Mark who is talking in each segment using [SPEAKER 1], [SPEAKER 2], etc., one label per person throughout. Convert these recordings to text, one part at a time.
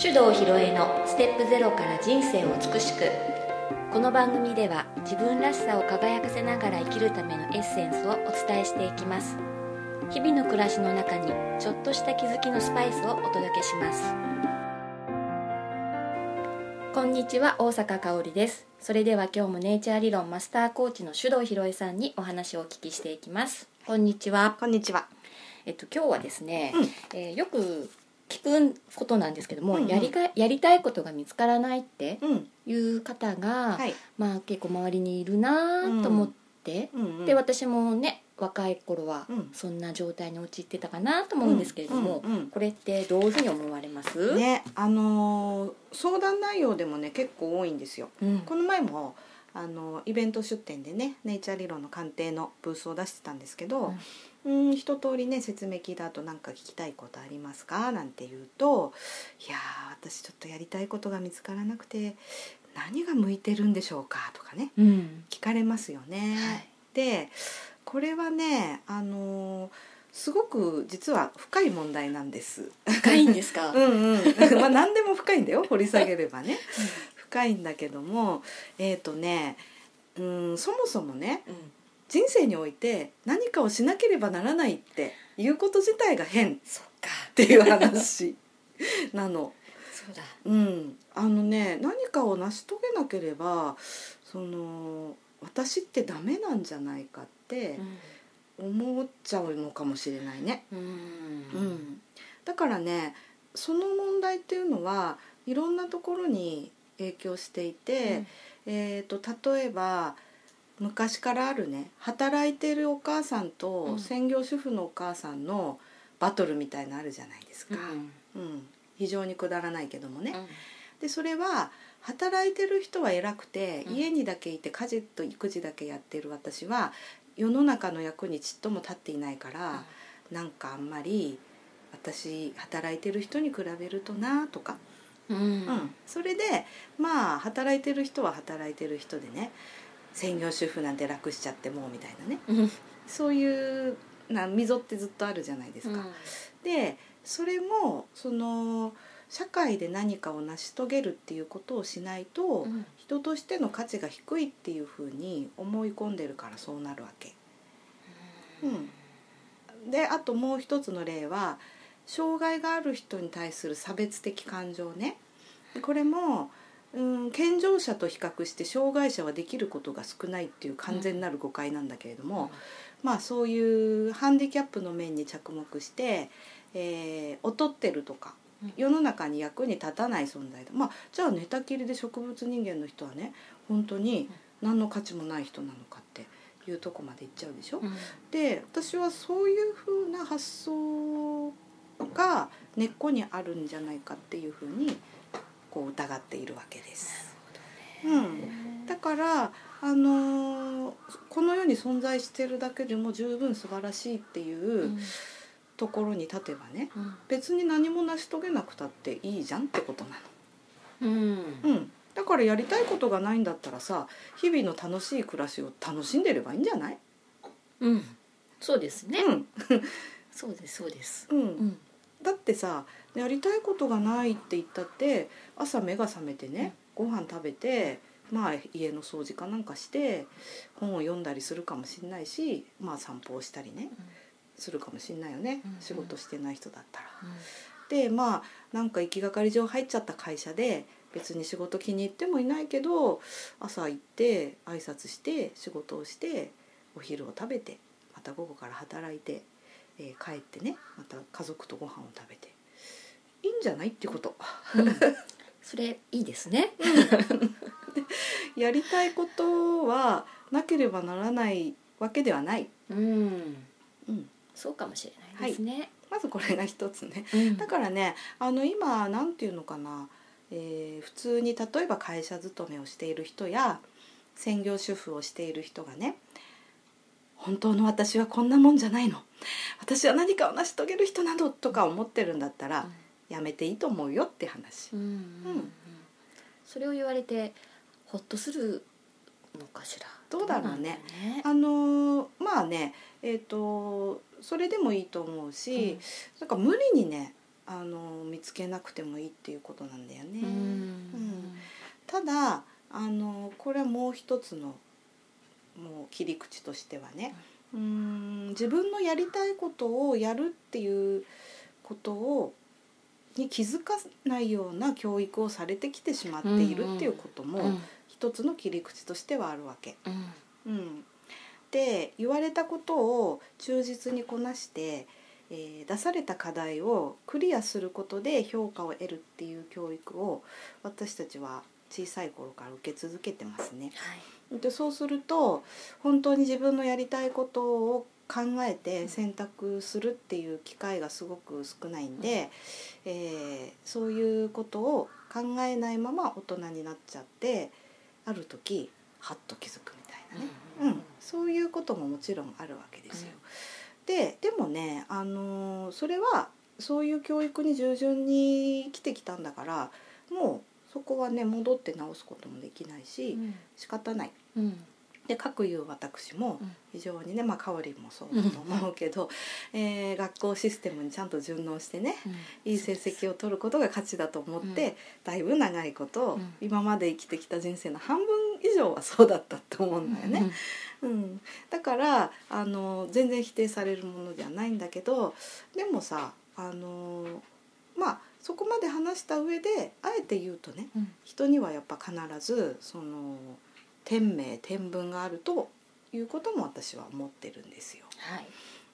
[SPEAKER 1] 手動ひろえのステップゼロから人生を美しくこの番組では自分らしさを輝かせながら生きるためのエッセンスをお伝えしていきます日々の暮らしの中にちょっとした気づきのスパイスをお届けしますこんにちは大阪香織ですそれでは今日もネイチャー理論マスターコーチの手動ひろえさんにお話をお聞きしていきますこんにちは
[SPEAKER 2] こんにちは。
[SPEAKER 1] えっと、今日はですね、
[SPEAKER 2] うん
[SPEAKER 1] えーよく聞くことなんですけども、
[SPEAKER 2] うんうん
[SPEAKER 1] やりかやりたいことが見つからないって
[SPEAKER 2] うん。
[SPEAKER 1] いう方が、
[SPEAKER 2] はい。
[SPEAKER 1] まあ、結構周りにいるなと思って、
[SPEAKER 2] うん、うん。
[SPEAKER 1] で私もね若い頃は
[SPEAKER 2] うん
[SPEAKER 1] そんな状態に陥ってたかなと思うんですけれども、
[SPEAKER 2] うんうんうん
[SPEAKER 1] これってどういうふうに思われます、
[SPEAKER 2] ね、あのー相談内容でもね結構多いんですよ。
[SPEAKER 1] うん
[SPEAKER 2] この前もあのーイベント出店でね、ネイチャー理論の鑑定のブースを出してたんですけど、うん、一通りね説明聞いた後なんか聞きたいことありますかなんて言うと、いやー私ちょっとやりたいことが見つからなくて何が向いてるんでしょうかとかね
[SPEAKER 1] うん
[SPEAKER 2] 聞かれますよね。
[SPEAKER 1] はい
[SPEAKER 2] でこれはねあのーすごく実は深い問題なんです。
[SPEAKER 1] 深いんですか、
[SPEAKER 2] うんうん、まあ何でも深いんだよ掘り下げればね深いんだけどもえっ、とねうんそもそもね
[SPEAKER 1] うん
[SPEAKER 2] 人生において何かをしなければならないっていうこと自体が変っ
[SPEAKER 1] そっか
[SPEAKER 2] ていう話なの。
[SPEAKER 1] そうだ
[SPEAKER 2] うん、あのね何かを成し遂げなければその私ってダメなんじゃないかって思っちゃうのかもしれないね。
[SPEAKER 1] うん、
[SPEAKER 2] うん、だからねその問題っていうのはいろんなところに影響していて、えー、と例えば昔からあるね働いてるお母さん
[SPEAKER 1] う
[SPEAKER 2] と
[SPEAKER 1] ん
[SPEAKER 2] 専業主婦のお母さんのバトルみたいなのあるじゃないです
[SPEAKER 1] う
[SPEAKER 2] か、
[SPEAKER 1] ん
[SPEAKER 2] うん非常にくだらないけどもね。
[SPEAKER 1] うん
[SPEAKER 2] でそれは働いてる人は偉くて
[SPEAKER 1] うん
[SPEAKER 2] 家にだけいて家事と育児だけやってる私は世の中の役にちっとも立っていないから。なんかあんまり私働いてる人に比べるとなとか、
[SPEAKER 1] うん
[SPEAKER 2] うんそれでまあ働いてる人は働いてる人でね専業主婦なんて楽しちゃってもうみたいなね
[SPEAKER 1] うん
[SPEAKER 2] そういうな溝ってずっとあるじゃないですか。でそれもその社会で何かを成し遂げるっていうことをしないと、
[SPEAKER 1] うん
[SPEAKER 2] 人としての価値が低いっていうふうに思い込んでるからそうなるわけ。うん、であともう一つの例は障害がある人に対する差別的感情ねこれも、うん、健常者と比較して障害者はできることが少ないっていう完全なる誤解なんだけれども、まあそういうハンディキャップの面に着目して、えー劣ってるとか
[SPEAKER 1] うん
[SPEAKER 2] 世の中に役に立たない存在だ、まあ、じゃあ寝たきりで植物人間の人はね本当に何の価値もない人なのかっていうとこまでいっちゃうでしょ。
[SPEAKER 1] うん
[SPEAKER 2] で私はそういう風な発想が根っこにあるんじゃないかっていう風にこう疑っているわけです。うん、だからあのーこの世に存在してるだけでも十分素晴らしいって
[SPEAKER 1] う
[SPEAKER 2] いうんところに立てばね
[SPEAKER 1] うん
[SPEAKER 2] 別に何も成し遂げなくたっていいじゃんってことなの。
[SPEAKER 1] うん
[SPEAKER 2] うん、だからやりたいことがないんだったらさ日々の楽しい暮らしを楽しんでればいいんじゃない、
[SPEAKER 1] うんそうですね
[SPEAKER 2] うん
[SPEAKER 1] そうですそうです
[SPEAKER 2] うん
[SPEAKER 1] うん
[SPEAKER 2] だってさやりたいことがないって言ったって朝目が覚めてね、ご飯食べてまあ家の掃除かなんかして本を読んだりするかもしれないしまあ散歩をしたりねするかもしれないよね、
[SPEAKER 1] うんうん
[SPEAKER 2] 仕事してない人だったら。でまあなんか行きがかり上入っちゃった会社で別に仕事気に入ってもいないけど朝行って挨拶して仕事をしてお昼を食べてまた午後から働いて、えー帰ってねまた家族とご飯を食べていいんじゃないってこと。
[SPEAKER 1] うんうんそれいいですね
[SPEAKER 2] やりたいことはなければならないわけではない。
[SPEAKER 1] うん
[SPEAKER 2] うん、
[SPEAKER 1] そうかもしれないですね
[SPEAKER 2] まずこれが一つね。
[SPEAKER 1] うん
[SPEAKER 2] だからねあの今なんていうのかな、えー普通に例えば会社勤めをしている人や専業主婦をしている人がね本当の私はこんなもんじゃないの私は何かを成し遂げる人などとか思ってるんだったら、やめていいと思うよって話
[SPEAKER 1] うんうんうんうんそれを言われてほっとするのかしら
[SPEAKER 2] どうだろ
[SPEAKER 1] どうな
[SPEAKER 2] うね
[SPEAKER 1] んだろ
[SPEAKER 2] あのーまあねえっ、とそれでもいいと思う
[SPEAKER 1] う
[SPEAKER 2] し
[SPEAKER 1] ね、
[SPEAKER 2] なんか無理にねあの見つけなくてもいいっていうことなんだよね。
[SPEAKER 1] うん
[SPEAKER 2] ただあのこれはもう一つのもう切り口としてはねうーん自分のやりたいことをやるっていうことをに気づかないような教育をされてきてしまっているっていうこと
[SPEAKER 1] う
[SPEAKER 2] も
[SPEAKER 1] ん
[SPEAKER 2] 一つの切り口としてはあるわけ。
[SPEAKER 1] うん
[SPEAKER 2] うん、で言われたことを忠実にこなして、えー出された課題をクリアすることで評価を得るっていう教育を私たちは小さい頃から受け続けてますね。
[SPEAKER 1] はい
[SPEAKER 2] でそうすると本当に自分のやりたいことを考えて選択するっていう機会がすごく少ないんで、えーそういうことを考えないまま大人になっちゃってある時ハッと気づくみたいなね。うん、そういうことももちろんあるわけですよ。ででもね、あのーそれはそういう教育に従順に生きてきたんだからもうそこはね戻って直すこともできないし、
[SPEAKER 1] うん
[SPEAKER 2] 仕方ない。
[SPEAKER 1] うん
[SPEAKER 2] でかくいう私も
[SPEAKER 1] うん
[SPEAKER 2] 非常にね、まあ、かおりもそうだと思うけど、 えー学校システムにちゃんと順応してねいい成績を取ることが価値だと思って、
[SPEAKER 1] うん
[SPEAKER 2] だいぶ長いこと、
[SPEAKER 1] うん
[SPEAKER 2] 今まで生きてきた人生の半分以上はそうだったと思うんだよね。うん、だからあの全然否定されるものではないんだけどでもさあのまあそこまで話した上であえて言うとね
[SPEAKER 1] うん
[SPEAKER 2] 人にはやっぱ必ずその天命天分があるということも私は思ってるんですよ。
[SPEAKER 1] はい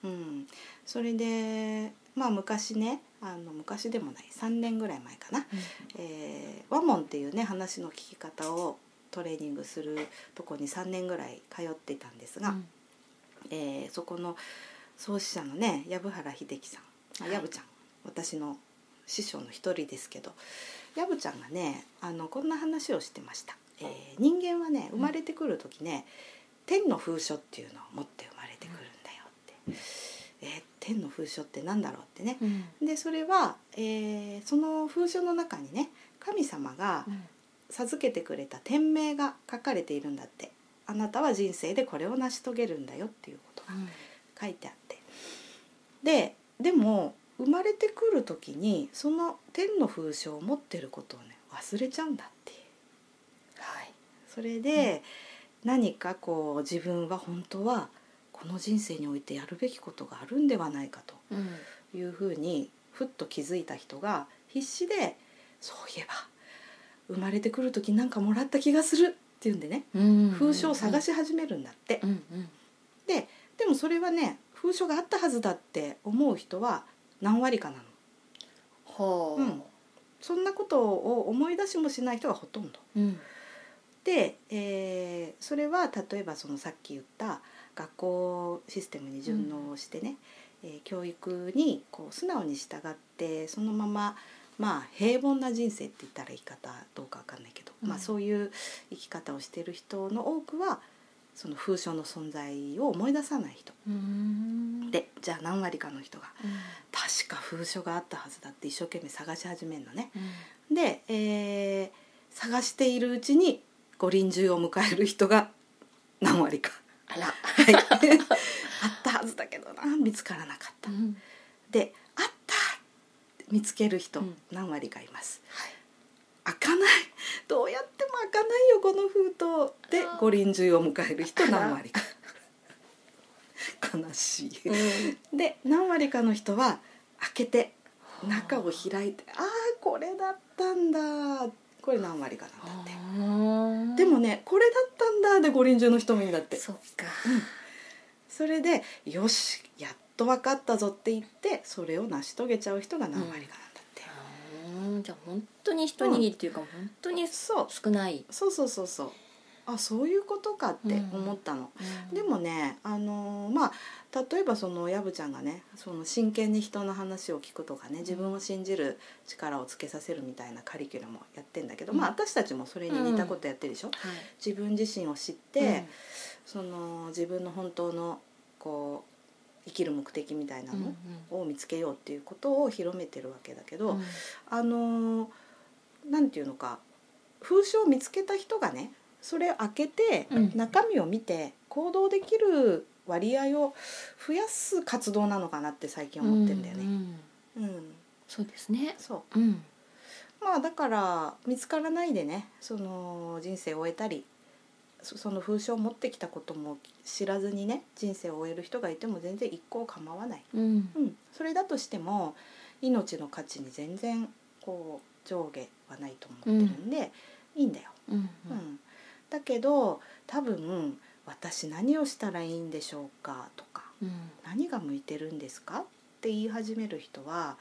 [SPEAKER 2] うん、それでまあ昔ねあの昔でもない3年ぐらい前かなえー、ワモンっていうね話の聞き方をトレーニングするとこに3年ぐらい通ってたんですが、
[SPEAKER 1] うん
[SPEAKER 2] えーそこの創始者のね藪原秀樹さんあ
[SPEAKER 1] はい
[SPEAKER 2] 藪、ちゃん私の師匠の一人ですけど藪ちゃんがねあのこんな話をしてました、えー人間はね生まれてくる時ね、天の風書っていうのを持って生まれてくるんだよって、えー天の風書ってなんだろうってね
[SPEAKER 1] うん
[SPEAKER 2] でそれは、えーその風書の中にね神様が
[SPEAKER 1] うん
[SPEAKER 2] 授けてくれた天命が書かれているんだってあなたは人生でこれを成し遂げるんだよっていうことが書いてあってででも生まれてくる時にその天の風書を持ってることをね忘れちゃうんだっていう
[SPEAKER 1] はい
[SPEAKER 2] それで、何かこう自分は本当はこの人生においてやるべきことがあるんではないかと
[SPEAKER 1] うん
[SPEAKER 2] いうふうにふっと気づいた人が必死で「そういえば生まれてくる時なんかもらった気がする」っていうんでね
[SPEAKER 1] うん
[SPEAKER 2] 風書を探し始めるんだって、
[SPEAKER 1] うんうん
[SPEAKER 2] でもそれはね風書があったはずだって思う人は何割かなの
[SPEAKER 1] ほう
[SPEAKER 2] うんそんなことを思い出しもしない人がほとんど。
[SPEAKER 1] うん
[SPEAKER 2] で、えーそれは例えばそのさっき言った学校システムに順応してね、えー教育にこう素直に従ってそのまままあ平凡な人生って言ったら言い方どうかわかんないけど、
[SPEAKER 1] うん
[SPEAKER 2] まあ、そういう生き方をしている人の多くはその風書の存在を思い出さない人
[SPEAKER 1] うん
[SPEAKER 2] でじゃあ何割かの人が
[SPEAKER 1] うん
[SPEAKER 2] 確か風書があったはずだって一生懸命探し始めるのね。
[SPEAKER 1] うん
[SPEAKER 2] で、えー探しているうちに五輪中を迎える人が何割か、
[SPEAKER 1] あら
[SPEAKER 2] はい、あったはずだけどな見つからなかった、
[SPEAKER 1] うん
[SPEAKER 2] であったって見つける人
[SPEAKER 1] うん
[SPEAKER 2] 何割かいます、
[SPEAKER 1] はい
[SPEAKER 2] 開かないどうやっても開かないよこの封筒で
[SPEAKER 1] あー
[SPEAKER 2] 五輪中を迎える人何 割か悲しい、で何割かの人は開けて中を開いてああーこれだったんだこれ何割かなんだって
[SPEAKER 1] はあ
[SPEAKER 2] でもねこれだったんだで五輪中の人もいいんだって
[SPEAKER 1] そっか
[SPEAKER 2] それでよしやっと分かったぞって言ってそれを成し遂げちゃう人が何割かなんだって、
[SPEAKER 1] うんじゃあ本当に一握りっていうか本当に
[SPEAKER 2] そう
[SPEAKER 1] 少ない
[SPEAKER 2] そうそうそうそうあそういうことかって思ったの、でもね、あのーまあ、例えばそのやぶちゃんがねその真剣に人の話を聞くとかね自分を信じる力をつけさせるみたいなカリキュラムをやってんだけど、まあ、
[SPEAKER 1] うん
[SPEAKER 2] 私たちもそれに似たことやってるでしょ、
[SPEAKER 1] はい
[SPEAKER 2] 自分自身を知って、その自分の本当のこう生きる目的みたいな
[SPEAKER 1] うん
[SPEAKER 2] のを見つけようっていうことを広めてるわけだけ
[SPEAKER 1] う
[SPEAKER 2] ど、
[SPEAKER 1] んうん
[SPEAKER 2] あのーなんていうのか風習を見つけた人がねそれを開けて
[SPEAKER 1] うん
[SPEAKER 2] 中身を見て行動できる割合を増やす活動なのかなって最近思ってんだよ
[SPEAKER 1] う
[SPEAKER 2] ね。
[SPEAKER 1] ん
[SPEAKER 2] うん
[SPEAKER 1] そうですね
[SPEAKER 2] そ
[SPEAKER 1] うん
[SPEAKER 2] うまあだから見つからないでねその人生を終えたりそその風習を持ってきたことも知らずにね人生を終える人がいても全然一向構わない、
[SPEAKER 1] うん
[SPEAKER 2] うん、それだとしても命の価値に全然こう上下はないと思ってるんで、いいんだよ。
[SPEAKER 1] うん
[SPEAKER 2] うん、だけど多分私何をしたらいいんでしょうかとか
[SPEAKER 1] うん
[SPEAKER 2] 何が向いてるんですかって言い始める人は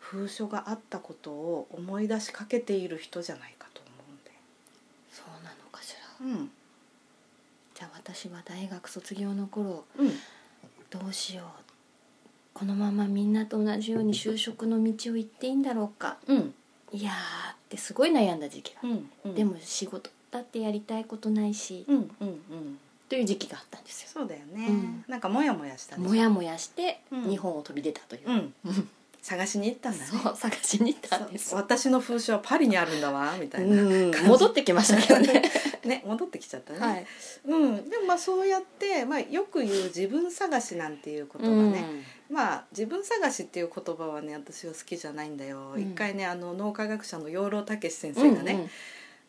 [SPEAKER 2] 風書があったことを思い出しかけている人じゃないかと
[SPEAKER 1] そうなのかしら
[SPEAKER 2] 思うんで
[SPEAKER 1] じゃあ私は大学卒業の頃
[SPEAKER 2] うん
[SPEAKER 1] どうしようこのままみんなと同じように就職の道を行っていいんだろうか
[SPEAKER 2] うん
[SPEAKER 1] いやーってすごい悩んだ時期が、
[SPEAKER 2] うんうん
[SPEAKER 1] でも仕事だってやりたいことないし、
[SPEAKER 2] うんうんうん
[SPEAKER 1] という時期があったんですよ
[SPEAKER 2] そうだよね、
[SPEAKER 1] うん
[SPEAKER 2] なんかモヤモヤしたでしょ
[SPEAKER 1] もやもやして
[SPEAKER 2] うん
[SPEAKER 1] 日本を飛び出たという、
[SPEAKER 2] うん
[SPEAKER 1] うん
[SPEAKER 2] 探しに行ったんだね
[SPEAKER 1] そう探しに行ったんです
[SPEAKER 2] そう私の風書はパリにあるんだわみたいな、
[SPEAKER 1] うん戻ってきましたけどね
[SPEAKER 2] ね戻ってきちゃったね、
[SPEAKER 1] はい、
[SPEAKER 2] うん、でもまあそうやって、まあ、よく言う自分探しなんていう言葉ね、まあ自分探しっていう言葉はね私は好きじゃないんだよ、
[SPEAKER 1] うん
[SPEAKER 2] 一回ねあの脳科学者の養老孟司先
[SPEAKER 1] うん
[SPEAKER 2] 生がね、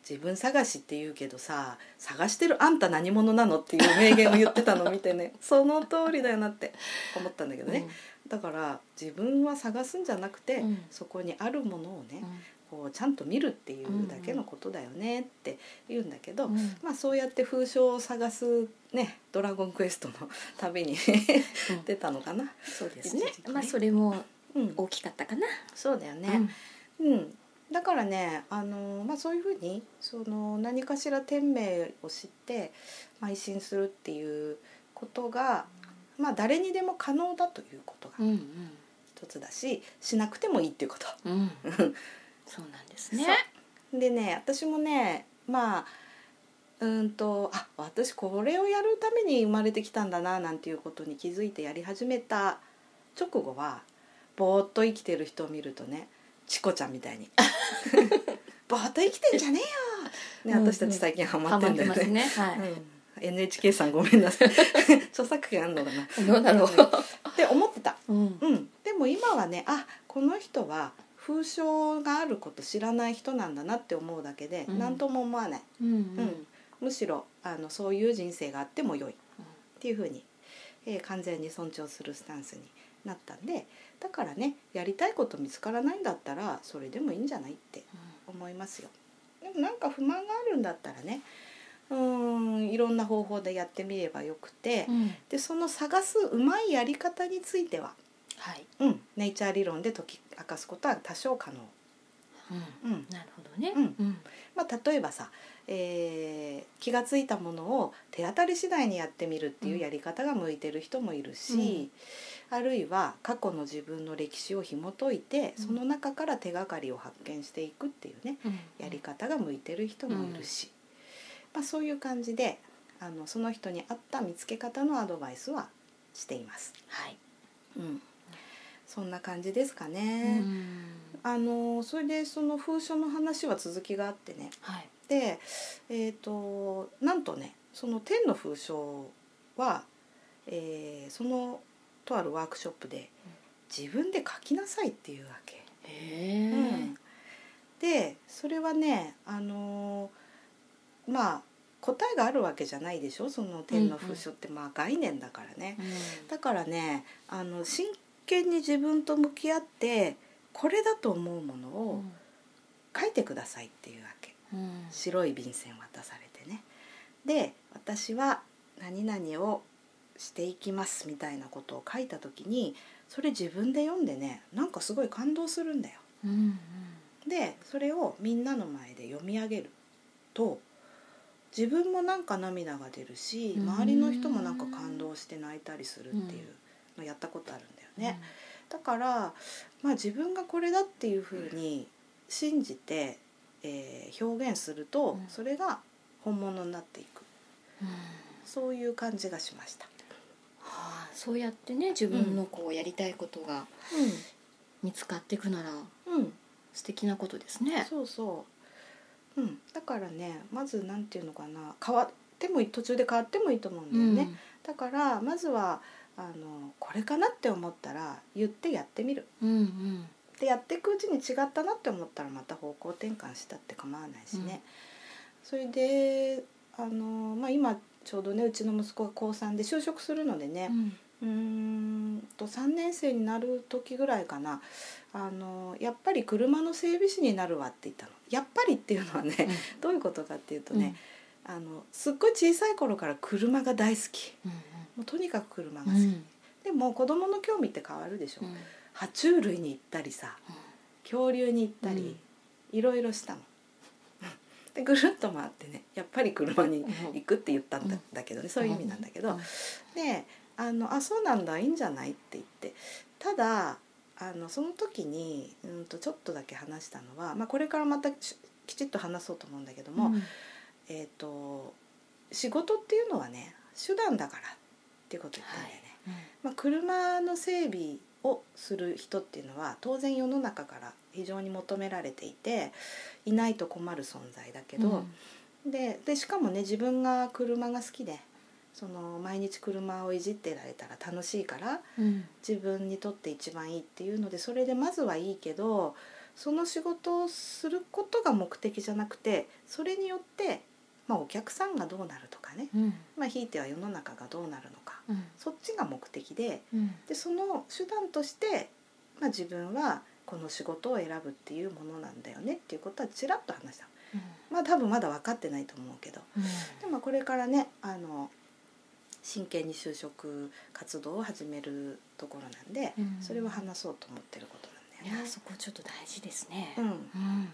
[SPEAKER 2] 自分探しって言うけどさ探してるあんた何者なのっていう名言を言ってたのを見て ねその通りだよなって思ったんだけ
[SPEAKER 1] う
[SPEAKER 2] ど
[SPEAKER 1] ん
[SPEAKER 2] ね、だから自分は探すんじゃなくて、
[SPEAKER 1] うん
[SPEAKER 2] そこにあるものをね、
[SPEAKER 1] う
[SPEAKER 2] こうちゃんと見るっていうだけのことだよねって言うんだけど、
[SPEAKER 1] んうん
[SPEAKER 2] まあ、そうやって風潮を探すね「ドラゴンクエスト」の旅に出たのかな。
[SPEAKER 1] そうです
[SPEAKER 2] 一
[SPEAKER 1] ね
[SPEAKER 2] 時期ね
[SPEAKER 1] まあそれも
[SPEAKER 2] うん、
[SPEAKER 1] 大きかったかな、
[SPEAKER 2] そうだよね、うんだからね、あのまあ、そういうふうにその何かしら天命を知って邁進するっていうことが、まあ、誰にでも可能だということが
[SPEAKER 1] うんうん
[SPEAKER 2] 一つだししなくてもいいっていうこと。
[SPEAKER 1] うん、うん、そうなんですね
[SPEAKER 2] そうでね私もねまあうーんとあ私これをやるために生まれてきたんだななんていうことに気づいてやり始めた直後はぼーっと生きてる人を見るとねチコちゃんみた いに「ぼーっと生きてんじゃねえよ!」
[SPEAKER 1] うんう
[SPEAKER 2] ね
[SPEAKER 1] ん
[SPEAKER 2] 私たち最近ハマ
[SPEAKER 1] ハ
[SPEAKER 2] って
[SPEAKER 1] マ
[SPEAKER 2] ん
[SPEAKER 1] っ
[SPEAKER 2] だ
[SPEAKER 1] てま
[SPEAKER 2] よ
[SPEAKER 1] す
[SPEAKER 2] ね。
[SPEAKER 1] ねは
[SPEAKER 2] うん NHK さんごめんなさい 著作権あんのかない
[SPEAKER 1] どうだろ
[SPEAKER 2] って思ってた
[SPEAKER 1] う、うん
[SPEAKER 2] うん、でも今はねあこの人は風潮があること知らない人なんだなって思うだけで
[SPEAKER 1] うん
[SPEAKER 2] 何とも思わない、
[SPEAKER 1] うんう
[SPEAKER 2] うんんむしろあのそういう人生があっても良いっていうふうに、えー完全に尊重するスタンスになったんでだからねやりたいこと見つからないんだったらそれでもいいんじゃないって思いますよ。でもなんか不満があるんだったらねうーんいろんな方法でやってみればよくて、
[SPEAKER 1] うん
[SPEAKER 2] でその探すうまいやり方については
[SPEAKER 1] はい、
[SPEAKER 2] うん、ネイチャー理論で解き明かすことは多少可能、
[SPEAKER 1] うん、
[SPEAKER 2] うん
[SPEAKER 1] なるほどね、
[SPEAKER 2] うん
[SPEAKER 1] うん
[SPEAKER 2] まあ、例えばさ、えー気が付いたものを手当たり次第にやってみるっていうやり方が向いてる人もいるし、あるいは過去の自分の歴史を紐解いて
[SPEAKER 1] うん
[SPEAKER 2] その中から手がかりを発見していくっていうね
[SPEAKER 1] うん
[SPEAKER 2] やり方が向いてる人もいるし、まあ、そういう感じであのその人に合った見つけ方のアドバイスはしています。
[SPEAKER 1] はい、
[SPEAKER 2] うん、そんな感じですかね。
[SPEAKER 1] うん
[SPEAKER 2] あのそれでその封書の話は続きがあってね
[SPEAKER 1] はい、
[SPEAKER 2] で、えー、となんとねその天の封書は、えーそのとあるワークショップで自分で書きなさいっていうわけ。
[SPEAKER 1] へえ、
[SPEAKER 2] うんでそれはねあのまあ答えがあるわけじゃないでしょその天の封書って、まあ概念だからね。
[SPEAKER 1] うん
[SPEAKER 2] だからねあの真剣に自分と向き合ってこれだと思うものを書いてくださいっていうわけ
[SPEAKER 1] うん
[SPEAKER 2] 白い便箋渡されてねで私は何々をしていきますみたいなことを書いた時にそれ自分で読んでねなんかすごい感動するんだよ
[SPEAKER 1] うんうん
[SPEAKER 2] でそれをみんなの前で読み上げると自分もなんか涙が出るし
[SPEAKER 1] うん
[SPEAKER 2] 周りの人もなんか感動して泣いたりするっていうのやったことあるんだよね、だから、まあ、自分がこれだっていうふうに信じて、えー表現すると
[SPEAKER 1] うん
[SPEAKER 2] それが本物になっていく
[SPEAKER 1] うん、は
[SPEAKER 2] そういう感じがしました。
[SPEAKER 1] あそうやってね自分のこうやりたいことが見つかっていくなら
[SPEAKER 2] うん、うん
[SPEAKER 1] 素敵なことですね。
[SPEAKER 2] そうそう、うん、だからねまずなんていうのかな変わってもいい途中で変わってもいいと思うんだよね、だからまずはあのこれかなって思ったら言ってやってみる
[SPEAKER 1] うんうん
[SPEAKER 2] でやっていくうちに違ったなって思ったらまた方向転換したって構わないしね、それであの、まあ、今ちょうどねうちの息子が高3で就職するのでね、
[SPEAKER 1] うん
[SPEAKER 2] うーんと3年生になる時ぐらいかなあのやっぱり車の整備士になるわって言ったのやっぱりっていうのはね、どういうことかっていうとね、あのすっごい小さい頃から車が大好き
[SPEAKER 1] うん
[SPEAKER 2] もうとにかく車が
[SPEAKER 1] う
[SPEAKER 2] 好
[SPEAKER 1] ん
[SPEAKER 2] き、
[SPEAKER 1] うん
[SPEAKER 2] でも子供の興味って変わるでしょ、
[SPEAKER 1] うん
[SPEAKER 2] 爬虫類に行ったりさ恐竜に行ったり、いろいろしたの。 でぐるっと回ってねやっぱり車に行くって言ったんだ,、だけどねそういう意味なんだけど、であのあそうなんだいいんじゃない?」って言ってただあのその時に、うん、とちょっとだけ話したのは、まあ、これからまたしきちっと話そうと思うんだけども、
[SPEAKER 1] うん
[SPEAKER 2] えー、と仕事っていうのはね手段だからっていうこと言ったんだよね。まあ、車の整備をする人っていうのは当然世の中から非常に求められていていないと困る存在だけど、ででしかもね自分が車が好きでその毎日車をいじってられたら楽しいから
[SPEAKER 1] うん
[SPEAKER 2] 自分にとって一番いいっていうのでそれでまずはいいけどその仕事をすることが目的じゃなくてそれによって、まあ、お客さんがどうなるとかね、
[SPEAKER 1] うん
[SPEAKER 2] まあ、ひいては世の中がどうなるのか
[SPEAKER 1] うん
[SPEAKER 2] そっちが目的で
[SPEAKER 1] うん
[SPEAKER 2] でその手段として、まあ、自分はこの仕事を選ぶっていうものなんだよねっていうことはちらっと話した
[SPEAKER 1] うん
[SPEAKER 2] まあ多分まだ分かってないと思うけど
[SPEAKER 1] うん
[SPEAKER 2] でもこれからねあの真剣に就職活動を始めるところなんで、
[SPEAKER 1] うん
[SPEAKER 2] それは話そうと思ってることなん
[SPEAKER 1] い
[SPEAKER 2] だよ
[SPEAKER 1] や
[SPEAKER 2] ね。
[SPEAKER 1] そこちょっと大事ですね
[SPEAKER 2] うん、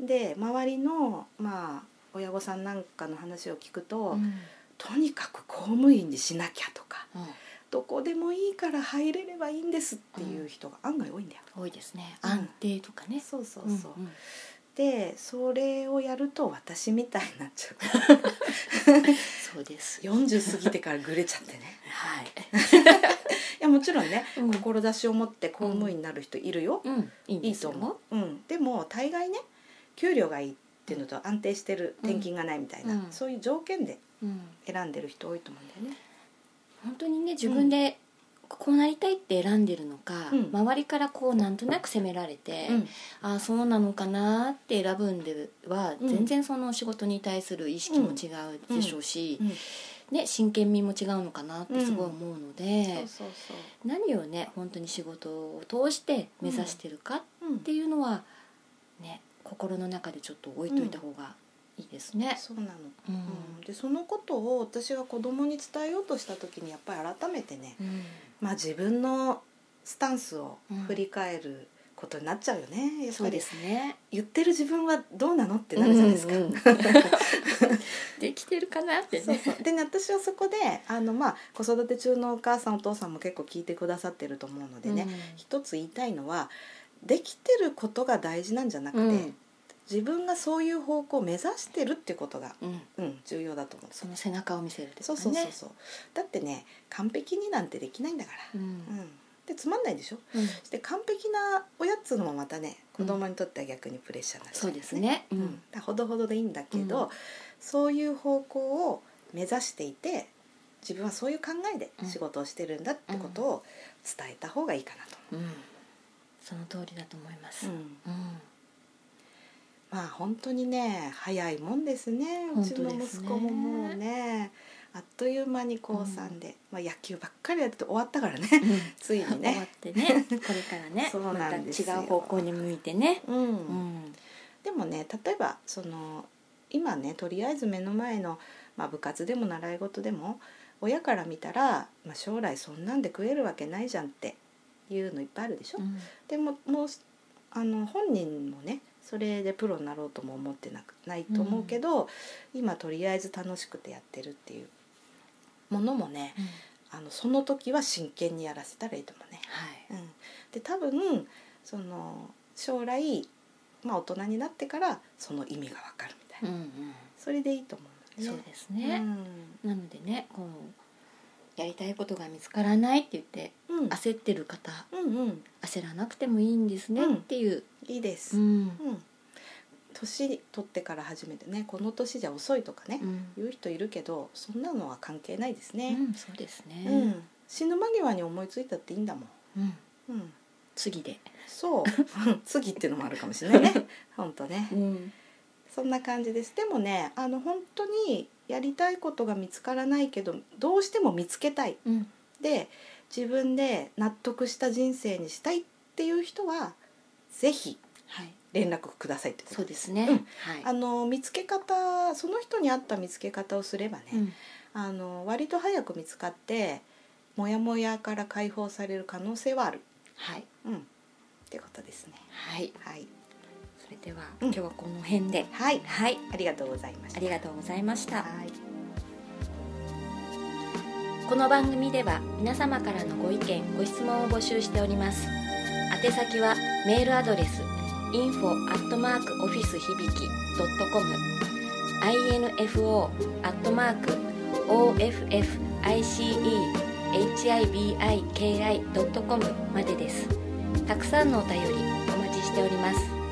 [SPEAKER 1] うん
[SPEAKER 2] で周りの、まあ、親御さんなんかの話を聞くと、
[SPEAKER 1] うん
[SPEAKER 2] とにかく公務員にしなきゃとか
[SPEAKER 1] うん
[SPEAKER 2] どこでもいいから入れればいいんですっていう人が案外多いんだよ。
[SPEAKER 1] 多いですね
[SPEAKER 2] うん
[SPEAKER 1] 安定とかね
[SPEAKER 2] そうそうそう、
[SPEAKER 1] んん
[SPEAKER 2] でそれをやると私みたいになっちゃ う
[SPEAKER 1] そうです
[SPEAKER 2] 40過ぎてからぐれちゃってね
[SPEAKER 1] はい
[SPEAKER 2] いやもちろんね
[SPEAKER 1] うん
[SPEAKER 2] 志を持って公務員になる人いるよ、
[SPEAKER 1] うんいいん
[SPEAKER 2] い
[SPEAKER 1] で
[SPEAKER 2] い
[SPEAKER 1] す
[SPEAKER 2] と
[SPEAKER 1] よ
[SPEAKER 2] 思う、うん、でも大概ね給料がいいっていうのと安定してる
[SPEAKER 1] うん
[SPEAKER 2] 転勤がないみたいな、
[SPEAKER 1] うん
[SPEAKER 2] そういう条件で
[SPEAKER 1] うん
[SPEAKER 2] 選んでる人多いと思うんだよね
[SPEAKER 1] 本当にね自分でこうなりたいって選んでるのか、
[SPEAKER 2] うん
[SPEAKER 1] 周りからこうなんとなく責められて、ああそうなのかなって選ぶんでは、
[SPEAKER 2] うん
[SPEAKER 1] 全然その仕事に対する意識も違うでしょうし、ね、真剣味も違うのかなってすごい思うの
[SPEAKER 2] そ
[SPEAKER 1] で
[SPEAKER 2] う、そうそ
[SPEAKER 1] 何をね本当に仕事を通して目指してるかっ
[SPEAKER 2] う、うん
[SPEAKER 1] ていうのは、ね、心の中でちょっと置いといた方がいいですね。
[SPEAKER 2] そうなの、
[SPEAKER 1] うん
[SPEAKER 2] うん、でそのことを私が子供に伝えようとした時にやっぱり改めてね、
[SPEAKER 1] うん
[SPEAKER 2] まあ、自分のスタンスを
[SPEAKER 1] うん
[SPEAKER 2] 振り返ることになっちゃうよね、やっ
[SPEAKER 1] そ
[SPEAKER 2] ぱ
[SPEAKER 1] うで
[SPEAKER 2] り
[SPEAKER 1] すね
[SPEAKER 2] 言ってる自分はどうなのってなるじゃないですか。
[SPEAKER 1] うんうんうんできてるかなってね
[SPEAKER 2] そうそうでね私はそこであの、まあ、子育て中のお母さんお父さんも結構聞いてくださってると思うのでね、一つ言いたいのはできてることが大事なんじゃなくて、
[SPEAKER 1] うん
[SPEAKER 2] 自分がそういう方向を目指してるってことが、
[SPEAKER 1] うん、うん、
[SPEAKER 2] うん、重要だと思う
[SPEAKER 1] その背中を見せるというか
[SPEAKER 2] そう
[SPEAKER 1] ね
[SPEAKER 2] そうそうそうだってね完璧になんてできないんだか
[SPEAKER 1] う
[SPEAKER 2] ら、うん
[SPEAKER 1] ん
[SPEAKER 2] でつまんないでしょ
[SPEAKER 1] うん
[SPEAKER 2] そして完璧なおやつのもまたね子供にとっては逆にプレッシャーになる
[SPEAKER 1] そうです、ねう
[SPEAKER 2] うんん、だからほどほどでいいんだけど、
[SPEAKER 1] うん
[SPEAKER 2] そういう方向を目指していて自分はそういう考えで
[SPEAKER 1] うん
[SPEAKER 2] 仕事をしてるんだってことを伝えた方がいいかなと
[SPEAKER 1] うんその通りだと思います、う
[SPEAKER 2] 思
[SPEAKER 1] ん
[SPEAKER 2] う、まあ本当にね早いもんですねう
[SPEAKER 1] 本
[SPEAKER 2] ち
[SPEAKER 1] 当
[SPEAKER 2] の
[SPEAKER 1] ですね
[SPEAKER 2] 息子ももうねあっという間に高3で、まあ、野球ばっかりやってて終わったか らねついに
[SPEAKER 1] 終わっ
[SPEAKER 2] ね。
[SPEAKER 1] てねこれからね
[SPEAKER 2] そう
[SPEAKER 1] ま
[SPEAKER 2] な
[SPEAKER 1] た
[SPEAKER 2] ん
[SPEAKER 1] 違
[SPEAKER 2] ですよ
[SPEAKER 1] う方向に向いてね、
[SPEAKER 2] うん
[SPEAKER 1] うん
[SPEAKER 2] でもね例えばその今ねとりあえず目の前の、まあ、部活でも習い事でも親から見たら、まあ、将来そんなんで食えるわけないじゃんっていうのいっぱいあるでしょ。
[SPEAKER 1] うん
[SPEAKER 2] でももうあの本人もねそれでプロになろうとも思ってなくないと思うけど、今とりあえず楽しくてやってるっていうものもねあのその時は真剣にやらせたらいいと思うね。
[SPEAKER 1] はい
[SPEAKER 2] うん、で多分その将来、まあ、大人になってからその意味がわかるみたいな、
[SPEAKER 1] うん
[SPEAKER 2] それでいいと思う
[SPEAKER 1] うんん、
[SPEAKER 2] だ
[SPEAKER 1] そう
[SPEAKER 2] よね。
[SPEAKER 1] ですね、なのでねこうやりたいことが見つからないって言って
[SPEAKER 2] うんうん
[SPEAKER 1] 焦ってる方
[SPEAKER 2] うんうん
[SPEAKER 1] 焦らなくてもいいんですねっていう、
[SPEAKER 2] いいです、
[SPEAKER 1] う
[SPEAKER 2] うん
[SPEAKER 1] ん
[SPEAKER 2] 年取ってから初めてねこの年じゃ遅いとかね、
[SPEAKER 1] うん
[SPEAKER 2] 言う人いるけどそんなのは関係ないです
[SPEAKER 1] う
[SPEAKER 2] ね、
[SPEAKER 1] ん、そうですね、
[SPEAKER 2] うん死ぬ間際に思いついたっていいんだもん、
[SPEAKER 1] うん
[SPEAKER 2] うん、
[SPEAKER 1] 次で
[SPEAKER 2] そう 次っていうのもあるかもしれないね本当ね
[SPEAKER 1] うん
[SPEAKER 2] そんな感じですでもねあの本当にやりたいことが見つからないけどどうしても見つけたい
[SPEAKER 1] うん
[SPEAKER 2] で自分で納得した人生にしたいっていう人はぜひ
[SPEAKER 1] はい
[SPEAKER 2] 連絡くださいってこと
[SPEAKER 1] そうですね、
[SPEAKER 2] うん
[SPEAKER 1] は
[SPEAKER 2] あ
[SPEAKER 1] い
[SPEAKER 2] の見つけ方その人に合った見つけ方をすればね、
[SPEAKER 1] うん
[SPEAKER 2] あの割と早く見つかってモヤモヤから解放される可能性はある、
[SPEAKER 1] はい
[SPEAKER 2] うん、ってことですね
[SPEAKER 1] はい
[SPEAKER 2] はい、
[SPEAKER 1] それでは、
[SPEAKER 2] うん
[SPEAKER 1] 今日はこの辺で
[SPEAKER 2] はい、
[SPEAKER 1] はい
[SPEAKER 2] ありがとうございました
[SPEAKER 1] ありがとうございました
[SPEAKER 2] はい
[SPEAKER 1] この番組では皆様からのご意見ご質問を募集しております宛先はメールアドレス info office 響き .com info officehibiki.com までですたくさんのお便りお待ちしております